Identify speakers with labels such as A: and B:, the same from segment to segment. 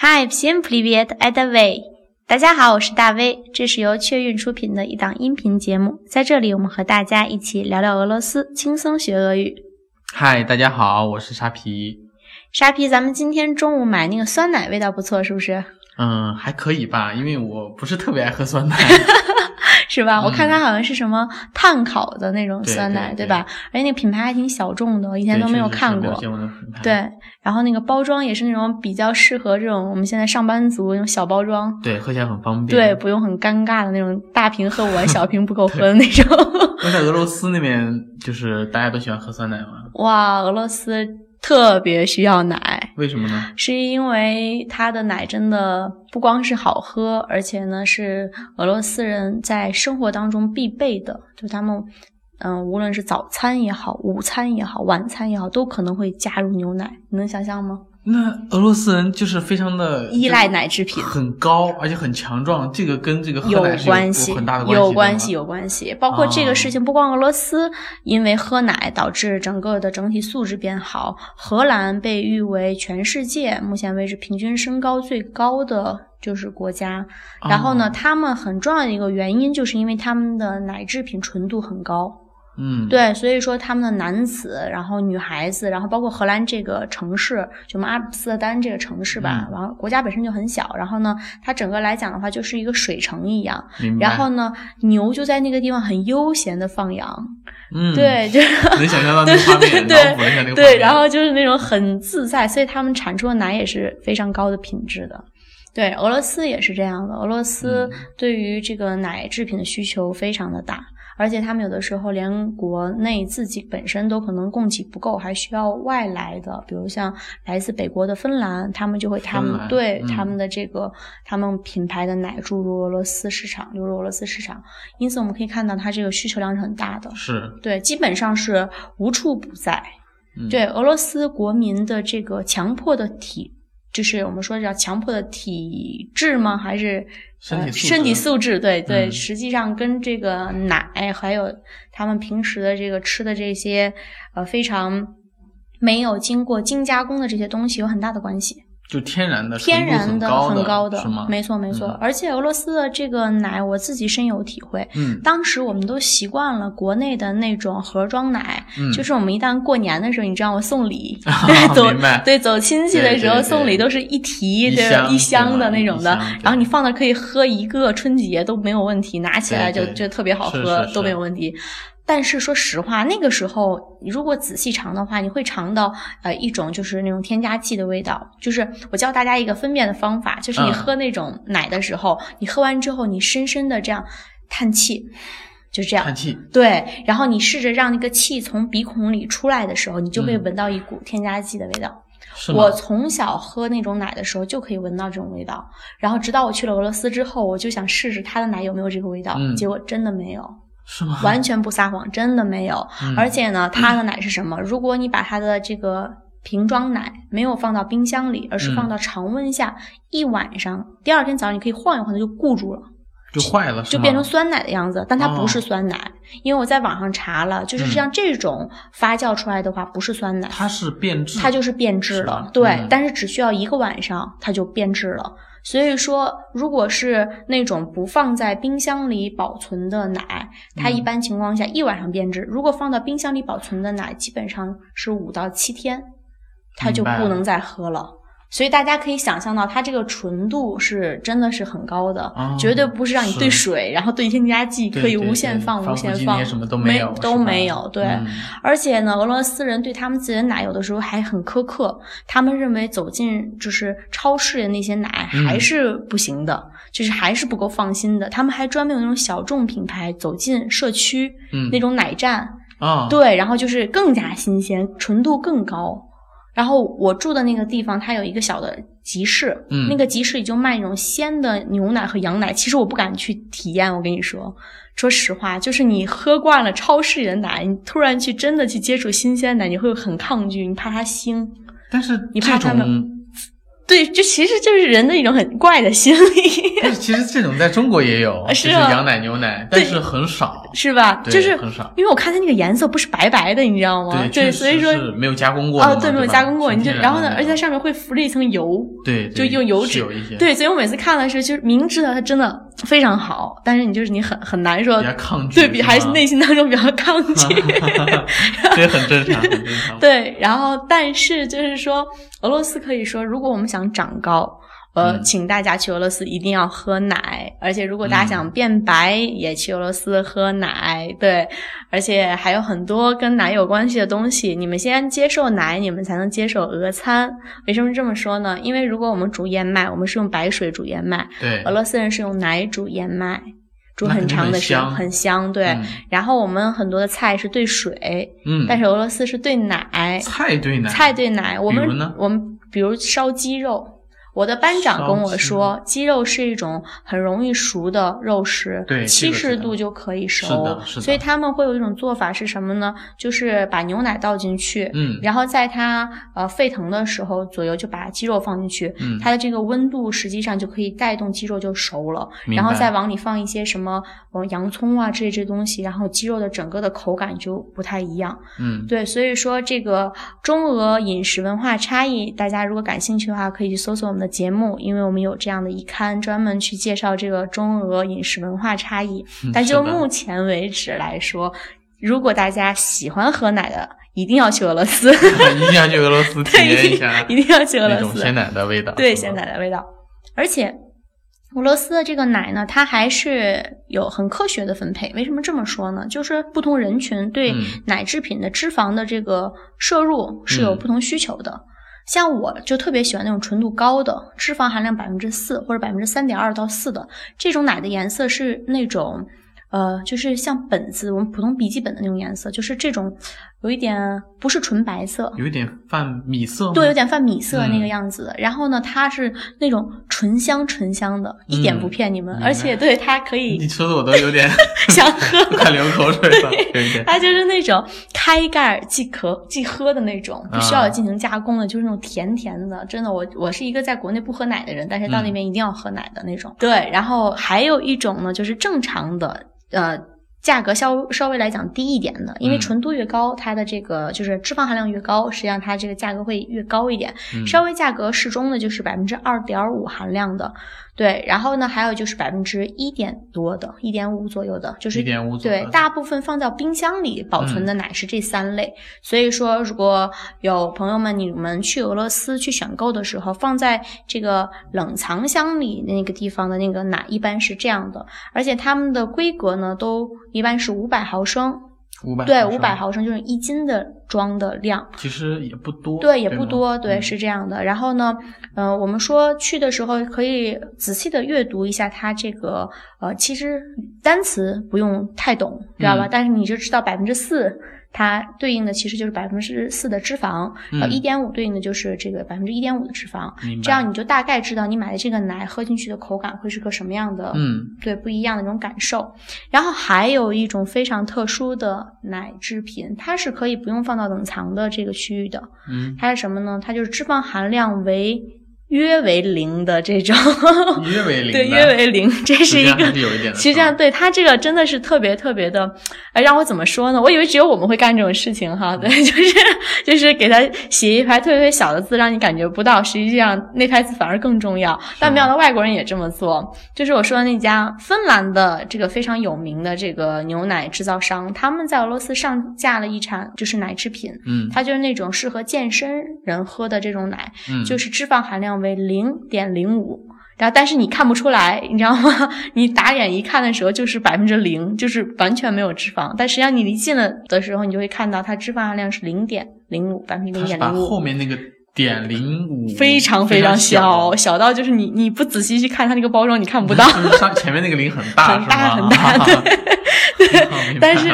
A: Hi, всем привет, это Вэй。大家好，我是大威，这是由雀韵出品的一档音频节目，在这里我们和大家一起聊聊俄罗斯，轻松学俄语。
B: 嗨，大家好，我是沙皮。
A: 沙皮，咱们今天中午买那个酸奶，味道不错，是不是？
B: 嗯，还可以吧，因为我不是特别爱喝酸 奶。
A: 是吧？我看
B: 嗯
A: 它好像是什么碳烤的那种
B: 对
A: 酸
B: 对
A: 奶，
B: 对
A: 吧？而且那个品牌还挺小众的，我以前都没有看过
B: 对确实是没有。见过那个品牌。
A: 对，然后那个包装也是那种比较适合这种我们现在上班族那种小包装，
B: 对，喝起来很方便。
A: 对，，不用很尴尬的那种大瓶喝完小瓶不够喝的那种。
B: 因为在俄罗斯那边，就是大家都喜欢喝酸奶嘛。
A: 哇，俄罗斯特别需要奶。
B: 为什么呢？
A: 是因为它的奶真的不光是好喝，而且呢是俄罗斯人在生活当中必备的，就他们。嗯，无论是早餐也好，午餐也好，晚餐也好，都可能会加入牛奶。你能想象吗？
B: 那俄罗斯人就是非常的
A: 依赖奶制品
B: 很高，而且很强壮，这个跟这个喝奶是
A: 关系，
B: 很大的
A: 有
B: 关
A: 关
B: 系
A: 系，
B: 的吗。哦
A: 有关系。包括这个事情，不光俄罗斯因为喝奶导致整个的整体素质变好，荷兰被誉为全世界目前为止平均身高最高的就是国家。然后呢，
B: 哦
A: 他们很重要的一个原因就是因为他们的奶制品纯度很高。
B: 嗯，，
A: 对，所以说他们的男子，然后女孩子，然后包括荷兰这个城市，就我们阿姆斯特丹这个城市吧，
B: 嗯
A: 然后国家本身就很小，然后呢，它整个来讲的话就是一个水城一样，
B: 明白。
A: 然后呢，牛就在那个地方很悠闲的放羊，
B: 嗯，，
A: 对，就是
B: 能想象到那个 画面，
A: 对对
B: 脑补了一下那个画面。
A: 对，然后就是那种很自在，所以他们产出的奶也是非常高的品质的。对，俄罗斯也是这样的。俄罗斯
B: 嗯
A: 对于这个奶制品的需求非常的大，而且他们有的时候连国内自己本身都可能供给不够，还需要外来的，比如像来自北国的芬兰，他们就会他
B: 芬
A: 们
B: 兰
A: 对、
B: 嗯
A: 他们的这个他们品牌的奶注入俄罗斯市场，流入俄罗斯市场。因此我们可以看到，它这个需求量是很大的。
B: 是，
A: 对，基本上是无处不在。
B: 嗯
A: 对俄罗斯国民的这个强迫的体，就是我们说叫强迫的体质吗？还是
B: 身
A: 呃、
B: 体素质
A: 身体素质？对对，
B: 嗯
A: 实际上跟这个奶还有他们平时的这个吃的这些呃非常没有经过精加工的这些东西有很大的关系。
B: 就天然的，
A: 天然
B: 纯度
A: 的很
B: 很高
A: 高的
B: 是吗？
A: 没错没错。
B: 嗯
A: 而且俄罗斯的这个奶，我自己深有体会。
B: 嗯，
A: 当时我们都习惯了国内的那种盒装奶，
B: 嗯 啊
A: 就是 我们一旦过年的时候，你知道我送礼， 对走
B: 明 白
A: 对走亲戚的时候
B: 对对对
A: 送礼都是一提
B: 一
A: 对吧
B: 箱
A: 一箱的那种的
B: 对吧一箱，
A: 然后你放那可以喝一个春节都没有问题，拿起来就
B: 对对
A: 就特别好
B: 是
A: 喝
B: 是是
A: 都没有问题。但是说实话，那个时候你如果仔细尝的话，你会尝到呃一种就是那种添加剂的味道。就是我教大家一个分辨的方法，就是你
B: 嗯
A: 喝那种奶的时候，你喝完之后你深深的这样叹气，就这样
B: 叹。气，
A: 对，然后你试着让那个气从鼻孔里出来的时候，你就会
B: 嗯
A: 闻到一股添加剂的味道。
B: 是吗
A: 我从小喝那种奶的时候就可以闻到这种味道，然后直到我去了俄罗斯之后，我就想试试它的奶有没有这个味道，
B: 嗯
A: 结果真的没有，
B: 是吗？
A: 完全不撒谎，真的没有。
B: 嗯
A: 而且呢，它的奶是什么？如果你把它的这个瓶装奶没有放到冰箱里，而是放
B: 嗯
A: 到常温下、一晚上，第二天早上你可以晃一晃，它就固住了。
B: 就坏了，是
A: 就
B: 吗
A: 变成酸奶的样子，但它不是
B: 哦
A: 酸奶，因为我在网上查了，就是
B: 嗯
A: 像这种发酵出来的话，不是酸奶，
B: 它是变质，
A: 它就是变质
B: 是
A: 了
B: 吧。
A: 对，
B: 嗯
A: 但是只需要一个晚上，它就变质了。所以说，如果是那种不放在冰箱里保存的奶，它一
B: 嗯
A: 般情况下一晚上变质；如果放到冰箱里保存的奶，基本上是五到七天，它就
B: 明白
A: 不
B: 了
A: 能再喝了。所以大家可以想象到，它这个纯度是真的是很高的，
B: 哦
A: 绝对不是让你
B: 是
A: 兑水，然后兑添加剂
B: 对
A: 可以
B: 对
A: 无限
B: 对
A: 放、无
B: 防腐
A: 限
B: 剂
A: 放，
B: 你也什么都
A: 没
B: 没有
A: 都
B: 是吧
A: 没有。对，
B: 嗯
A: 而且呢，俄罗斯人对他们自己的奶有的时候还很苛刻，他们认为走进就是超市的那些奶
B: 嗯
A: 还是不行的，就是还是不够放心的。他们还专门有那种小众品牌走进社区、
B: 嗯
A: 那种奶站，
B: 啊，
A: 对，然后就是更加新鲜，纯度更高。然后我住的那个地方，它有一个小的集市，
B: 嗯
A: 那个集市里就卖那种鲜的牛奶和羊奶。其实我不敢去体验，我跟你说，说实话，就是你喝惯了超市里的奶，你突然去真的去接触新鲜奶，你会很抗拒，你怕它腥。
B: 但是
A: 你怕
B: 这
A: 它
B: 种
A: 对，就其实就是人的一种很怪的心理，
B: 但是其实这种在中国也有，
A: 是
B: 就是
A: 啊
B: 羊奶、牛奶，但是很少，
A: 是吧？
B: 对
A: 就是
B: 很少
A: 因为我看它那个颜色不是白白的，你知道吗？
B: 对，
A: 对，
B: 确
A: 所以
B: 实
A: 说
B: 是没有加工过的
A: 啊，
B: 嘛
A: 对，没有
B: 吧
A: 加工过，
B: 纯
A: 你就
B: 天然
A: 然后
B: 的
A: 呢，
B: 那
A: 而且它
B: 种
A: 上面会浮着一层油。
B: 对，
A: 就
B: 对
A: 用油
B: 是
A: 脂
B: 有一些，
A: 对，所以我每次看的是，就是明知道它真的非常好，但是你就是你很很难说
B: 比较抗拒，
A: 对比，还是
B: 吗
A: 内心当中比较抗拒。
B: 对，很正常，很正常。
A: 对，然后但是就是说，俄罗斯可以说，如果我们想长高，呃，
B: 嗯
A: 请大家去俄罗斯一定要喝奶，而且如果大家想变白，也去俄罗斯喝奶。对，而且还有很多跟奶有关系的东西，你们先接受奶，你们才能接受俄餐。为什么这么说呢？因为如果我们煮燕麦，我们是用白水煮燕麦，
B: 对，
A: 俄罗斯人是用奶煮燕麦，煮
B: 哎那肯
A: 很
B: 定
A: 长
B: 很
A: 的时间，
B: 香
A: 很香。对，
B: 嗯
A: 然后我们很多的菜是兑水。
B: 嗯，
A: 但是俄罗斯是兑奶，
B: 菜对奶，
A: 菜兑奶。我
B: 比如呢
A: 们我们比如烧鸡肉，我的班长跟我说，鸡肉是一种很容易熟的肉食，
B: 对这
A: 七
B: 个是
A: 十
B: 的
A: 度就可以熟。
B: 是的是的
A: 所以他们会有一种做法是什么呢？就是把牛奶倒进去。
B: 嗯
A: 然后在它呃沸腾的时候左右就把鸡肉放进去，
B: 嗯，
A: 它的这个温度实际上就可以带动鸡肉就熟了，
B: 明
A: 然后
B: 白
A: 再往里放一些什么呃洋葱啊这些东西，然后鸡肉的整个的口感就不太一样。
B: 嗯，
A: 对，所以说这个中俄饮食文化差异，大家如果感兴趣的话，可以去搜索我们的节目，因为我们有这样的一刊专门去介绍这个中俄饮食文化差异。
B: 嗯
A: 但
B: 是
A: 就
B: 的
A: 目前为止来说，如果大家喜欢喝奶的，一定要去俄罗斯，
B: 一定要去俄罗斯体
A: 对，
B: 验
A: 一
B: 一下
A: 定一定要去俄
B: 那
A: 罗
B: 种
A: 斯。
B: 鲜奶的味道，
A: 对
B: 是
A: 鲜
B: 吧
A: 奶的味道。而且俄罗斯的这个奶呢，它还是有很科学的分配。为什么这么说呢？就是不同人群对
B: 嗯
A: 奶制品的脂肪的这个摄入是有
B: 嗯
A: 不同需求的。像我就特别喜欢那种纯度高的，脂肪含量百分之四或者百分之三点二到四的这种奶的颜色是那种，呃，就是像本子我们普通笔记本的那种颜色，就是这种有一点不是纯白色，
B: 有一点泛米色吗，
A: 对，有点泛米色那个
B: 嗯
A: 样子。然后呢，它是那种醇香醇香的，一点不
B: 嗯
A: 骗你们，
B: 明
A: 而且
B: 白
A: 对它可
B: 你
A: 以
B: 说的我都有点，
A: 想喝
B: 快流口 水了，有一点。
A: 它就是那种开盖儿即可即喝的那种，不需要
B: 啊
A: 进行加工的，就是那种甜甜的。真的，我我是一个在国内不喝奶的人，但是到那
B: 嗯
A: 边一定要喝奶的那种。对，然后还有一种呢，就是正常的，呃。价格稍稍微来讲低一点的，因为
B: 嗯
A: 纯度越高，它的这个就是脂肪含量越高，实际上它这个价格会越高一点。
B: 嗯
A: 稍微价格适中的就是百分之二点五含量的，对，然后呢还有就是百分之一点多的，一点五左右的，嗯就是
B: 1.5左右
A: 对，大部分放到冰箱里保存的奶是这三类，所以说如果有朋友们你们去俄罗斯去选购的时候，放在这个冷藏箱里那个地方的那个奶一般是这样的，而且它们的规格呢都一般是五百毫升，
B: 五百
A: 对，五百，毫升就是一斤的装的量。
B: 其实也不多，
A: 对，也不
B: 吗
A: 多，对，
B: 嗯
A: 是这样的。然后呢，呃，我们说去的时候可以仔细的阅读一下它这个，呃，其实单词不用太懂，知道吧？
B: 嗯
A: 但是你就知道百分之四。它对应的其实就是百分之四的脂肪，呃，
B: 嗯
A: 一点五对应的就是这个百分之一点五的脂肪，
B: 明白
A: 这样你就大概知道你买的这个奶喝进去的口感会是个什么样的，
B: 嗯，
A: 对不一样的那种感受。然后还有一种非常特殊的奶制品，它是可以不用放到冷藏的这个区域的，
B: 嗯，
A: 它是什么呢？它就是脂肪含量为约为零的这种，
B: 约为零的，
A: 对，约为零，这
B: 实
A: 是
B: 际
A: 一
B: 上还
A: 个
B: 是。有一嗯点 的，
A: 其实这样，对它这个真的是特别特别的，呃，让我怎么说呢？我以为只有我们会干这种事情哈，对， 就是就是给它写一排特别特别小的字，让你感觉不到，实际上那排字反而更重要。但没想到外国人也这么做，就是我说的那家芬兰的这个非常有名的这个牛奶制造商，他们在俄罗斯上架了一产就是奶制品，
B: 嗯
A: 它就是那种适合健身人喝的这种奶，
B: 嗯，
A: 就是脂肪含量为零点零五。然后，但是你看不出来，你知道吗？ 你打眼一看的时候就是百分之零，就是完全没有脂肪。但实际上你离近了的时候，你就会看到它脂肪含量是零点零五，百分之零
B: 它是
A: 点
B: 把
A: 零
B: 后
A: 五，
B: 面那个点零五
A: 非常非常
B: 小
A: 小，，小到就是你你不仔细去看它那个包装，你看 不到。
B: 就是嗯上前面那个零很大，
A: 很大
B: 是
A: 很
B: 吗
A: 大
B: 对
A: 但是，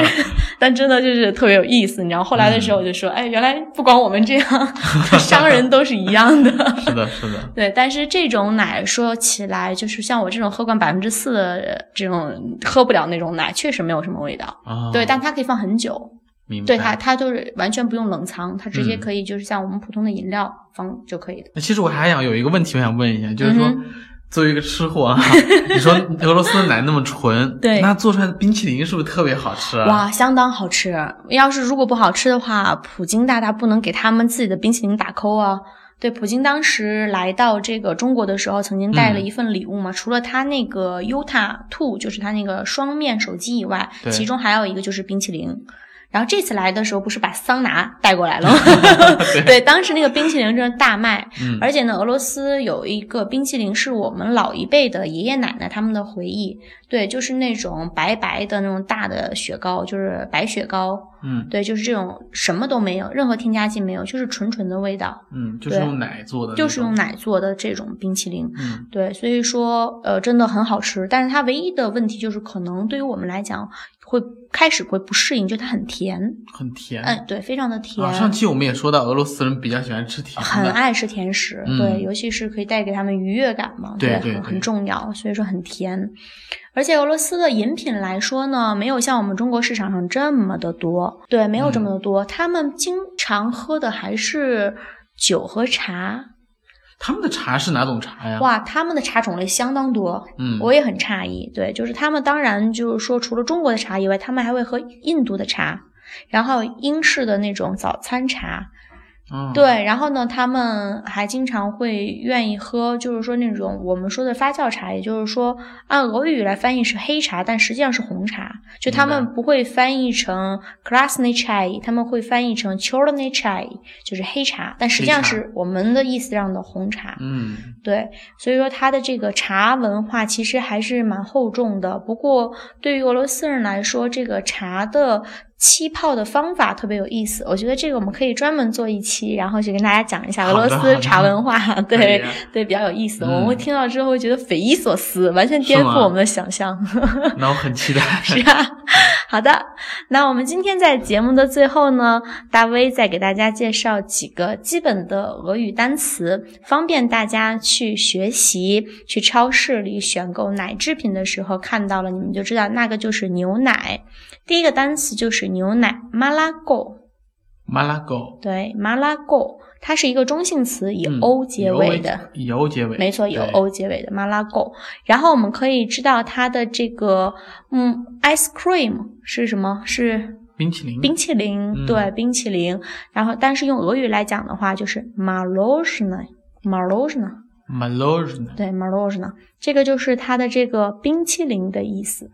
A: 但真的就是特别有意思。你知道，后来的时候我就
B: 嗯
A: 说，哎，原来不光我们这样， 商人都是一样的。
B: 是的，是的，
A: 对，但是这种奶说起来，就是像我这种喝惯百分之四的这种喝不了那种奶，确实没有什么味道。
B: 啊，
A: 对，但它可以放很久，
B: 明白。
A: 对它，它就是完全不用冷藏，它直接
B: 嗯
A: 可以就是像我们普通的饮料放就可以的。
B: 那其实我还想有一个问题，我想问一下，就是说，
A: 嗯
B: 作为一个吃货 啊，你说俄罗斯的奶那么纯，
A: 对
B: 那做出来的冰淇淋是不是特别好吃啊？
A: 哇，相当好吃！要是如果不好吃的话，普京大大不能给他们自己的冰淇淋打扣啊。对，普京当时来到这个中国的时候，曾经带了
B: 嗯
A: 一份礼物嘛，除了他那个 u t a Two，就是他那个双面手机以外，
B: 对
A: 其中还有一个就是冰淇淋。然后这次来的时候，不是把桑拿带过 来了吗？ 对，当时那个冰淇淋真是大卖，
B: 嗯，
A: 而且呢，俄罗斯有一个冰淇淋是我们老一辈的爷爷奶奶他们的回忆，对，就是那种白白的那种大的雪糕，就是白雪糕，
B: 嗯
A: 对，就是这种什么都没有，任何添加剂没有，就是纯纯的味道，
B: 嗯，就是
A: 对
B: 用奶做的，
A: 就是用，奶做的这种冰淇淋。
B: 嗯，
A: 对，所以说，呃，真的很好吃，但是它唯一的问题就是，可能对于我们来讲，会开始会不适应，就它很甜，
B: 很甜。
A: 嗯，对，非常的甜。
B: 啊，上期我们也说到，俄罗斯人比较喜欢吃甜的，
A: 很爱吃甜食，
B: 啊嗯
A: 对，尤其是可以带给他们愉悦感嘛，
B: 对对
A: 很
B: 对
A: 很重要，所以说很甜。而且俄罗斯的饮品来说呢，没有像我们中国市场上这么的多，对，没有这
B: 嗯
A: 么的多。他们经常喝的还是酒和茶，
B: 他们的茶是哪种茶呀？
A: 哇，他们的茶种类相当多，
B: 嗯，
A: 我也很诧异。对，就是他们当然就是说，除了中国的茶以外，他们还会喝印度的茶，然后英式的那种早餐茶，
B: 嗯，
A: 对，然后呢，他们还经常会愿意喝，就是说那种我们说的发酵茶，也就是说按俄语来翻译是黑茶，但实际上是红茶。就他
B: 明
A: 们不会翻译成 krasny chai，他们会翻译成 chorny chai，就是黑茶，但实际上
B: 黑茶
A: 是我们的意思上的红茶。
B: 嗯，
A: 对，所以说它的这个茶文化其实还是蛮厚重的。不过对于俄罗斯人来说，这个茶的沏泡的方法特别有意思。我觉得这个我们可以专门做一期，然后去跟大家讲一下俄
B: 好
A: 罗
B: 的好
A: 斯
B: 的
A: 茶 文化。
B: 可以
A: 对
B: 啊
A: 对，比较有意思。我
B: 嗯
A: 们会听到之后会觉得匪夷所思，完全颠
B: 是吗
A: 覆我们的想象。
B: 那我很期待。
A: 是啊，好的。那我们今天在节目的最后呢，大威再给大家介绍几个基本的俄语单词，方便大家去学习。去超市里选购奶制品的时候看到了，你们就知道那个就是牛奶。第一个单词就是牛奶 m a l a g o
B: 马拉狗
A: 对 m a l a g o 它是一个中性词，以 o 结尾的。，
B: 嗯以 O 结尾，
A: 没错，有
B: 对
A: o 结尾的马拉狗。然后我们可以知道它的这个，嗯，ice cream 是什么？是
B: 冰淇淋，
A: 冰淇淋，
B: 嗯
A: 对，冰淇淋。然后，但是用俄语来讲的话，就是 m a l o s h n a m a l o s h n a
B: m a l o z h n
A: 对 m a l o s h n a 这个就是它的这个冰淇淋的意思。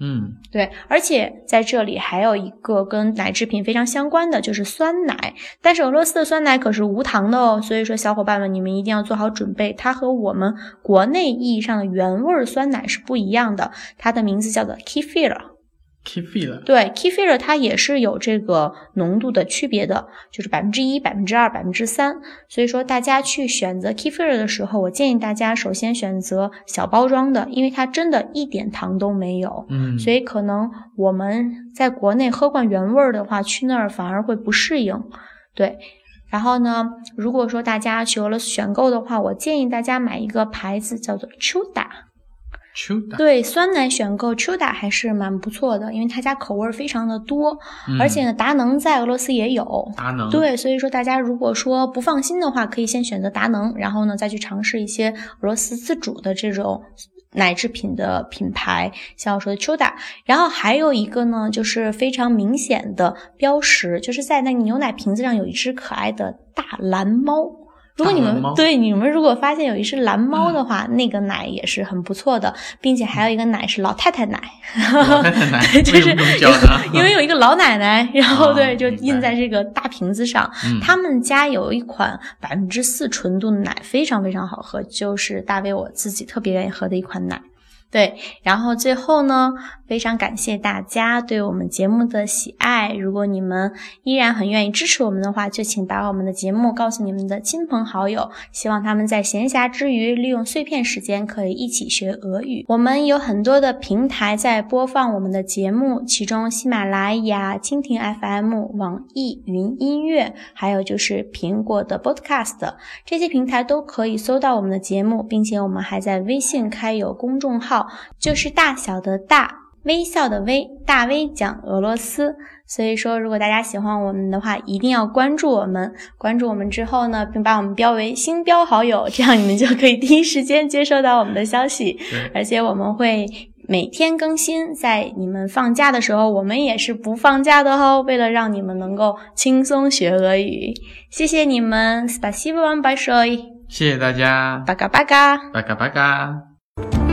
B: 嗯，
A: 对，而且在这里还有一个跟奶制品非常相关的，就是酸奶。但是俄罗斯的酸奶可是无糖的哦，所以说小伙伴们，你们一定要做好准备，它和我们国内意义上的原味儿酸奶是不一样的。它的名字叫做 kefir。
B: ，Kefir，
A: 对 kefir 它也是有这个浓度的区别的，就是百分之一、百分之二、百分之三。所以说大家去选择 kefir 的时候，我建议大家首先选择小包装的，因为它真的一点糖都没有。
B: 嗯，
A: 所以可能我们在国内喝惯原味儿的话，去那儿反而会不适应。对，然后呢，如果说大家去俄罗斯选购的话，我建议大家买一个牌子叫做 Chuda。
B: Chuda，
A: 对，酸奶选购 Chuda 还是蛮不错的，因为他家口味儿非常的多，
B: 嗯
A: 而且呢，达能在俄罗斯也有。
B: 达能，
A: 对，所以说大家如果说不放心的话，可以先选择达能，然后呢再去尝试一些俄罗斯自主的这种奶制品的品牌，像我说的 Chuda。然后还有一个呢，就是非常明显的标识，就是在那个牛奶瓶子上有一只可爱的大蓝猫。如果你
B: 大
A: 们
B: 蓝猫
A: 对你们如果发现有一只蓝猫的话，那个奶也是很不错的，并且还有一个奶是老太太奶，
B: 老太太奶，
A: 对，就
B: 为
A: 是
B: 什么这么叫呢？
A: 因为有一个老奶奶，然后
B: 哦
A: 对就
B: 明白
A: 印在这个大瓶子上，
B: 嗯
A: 他们家有一款百分之四纯度的奶，非常非常好喝，就是大卫我自己特别愿意喝的一款奶。对，然后最后呢，非常感谢大家对我们节目的喜爱。如果你们依然很愿意支持我们的话，就请把我们的节目告诉你们的亲朋好友，希望他们在闲暇之余，利用碎片时间可以一起学俄语。我们有很多的平台在播放我们的节目，其中喜马拉雅、蜻蜓 FM、网易云音乐，还有就是苹果的 Podcast，这些平台都可以搜到我们的节目，并且我们还在微信开有公众号，就是大小的大。微笑的微，大 V 讲俄罗斯。所以说，如果大家喜欢我们的话，一定要关注我们。关注我们之后呢，并把我们标为新标好友，这样你们就可以 第一时间接收到我们的消息。
B: 对，
A: 而且我们会每天更新，在你们放假的时候，我们也是不放假的哦。为了让你们能够轻松学俄语，谢谢你们，спасибо вам большое，
B: 谢谢大家，
A: 巴嘎巴嘎。
B: 巴嘎巴嘎。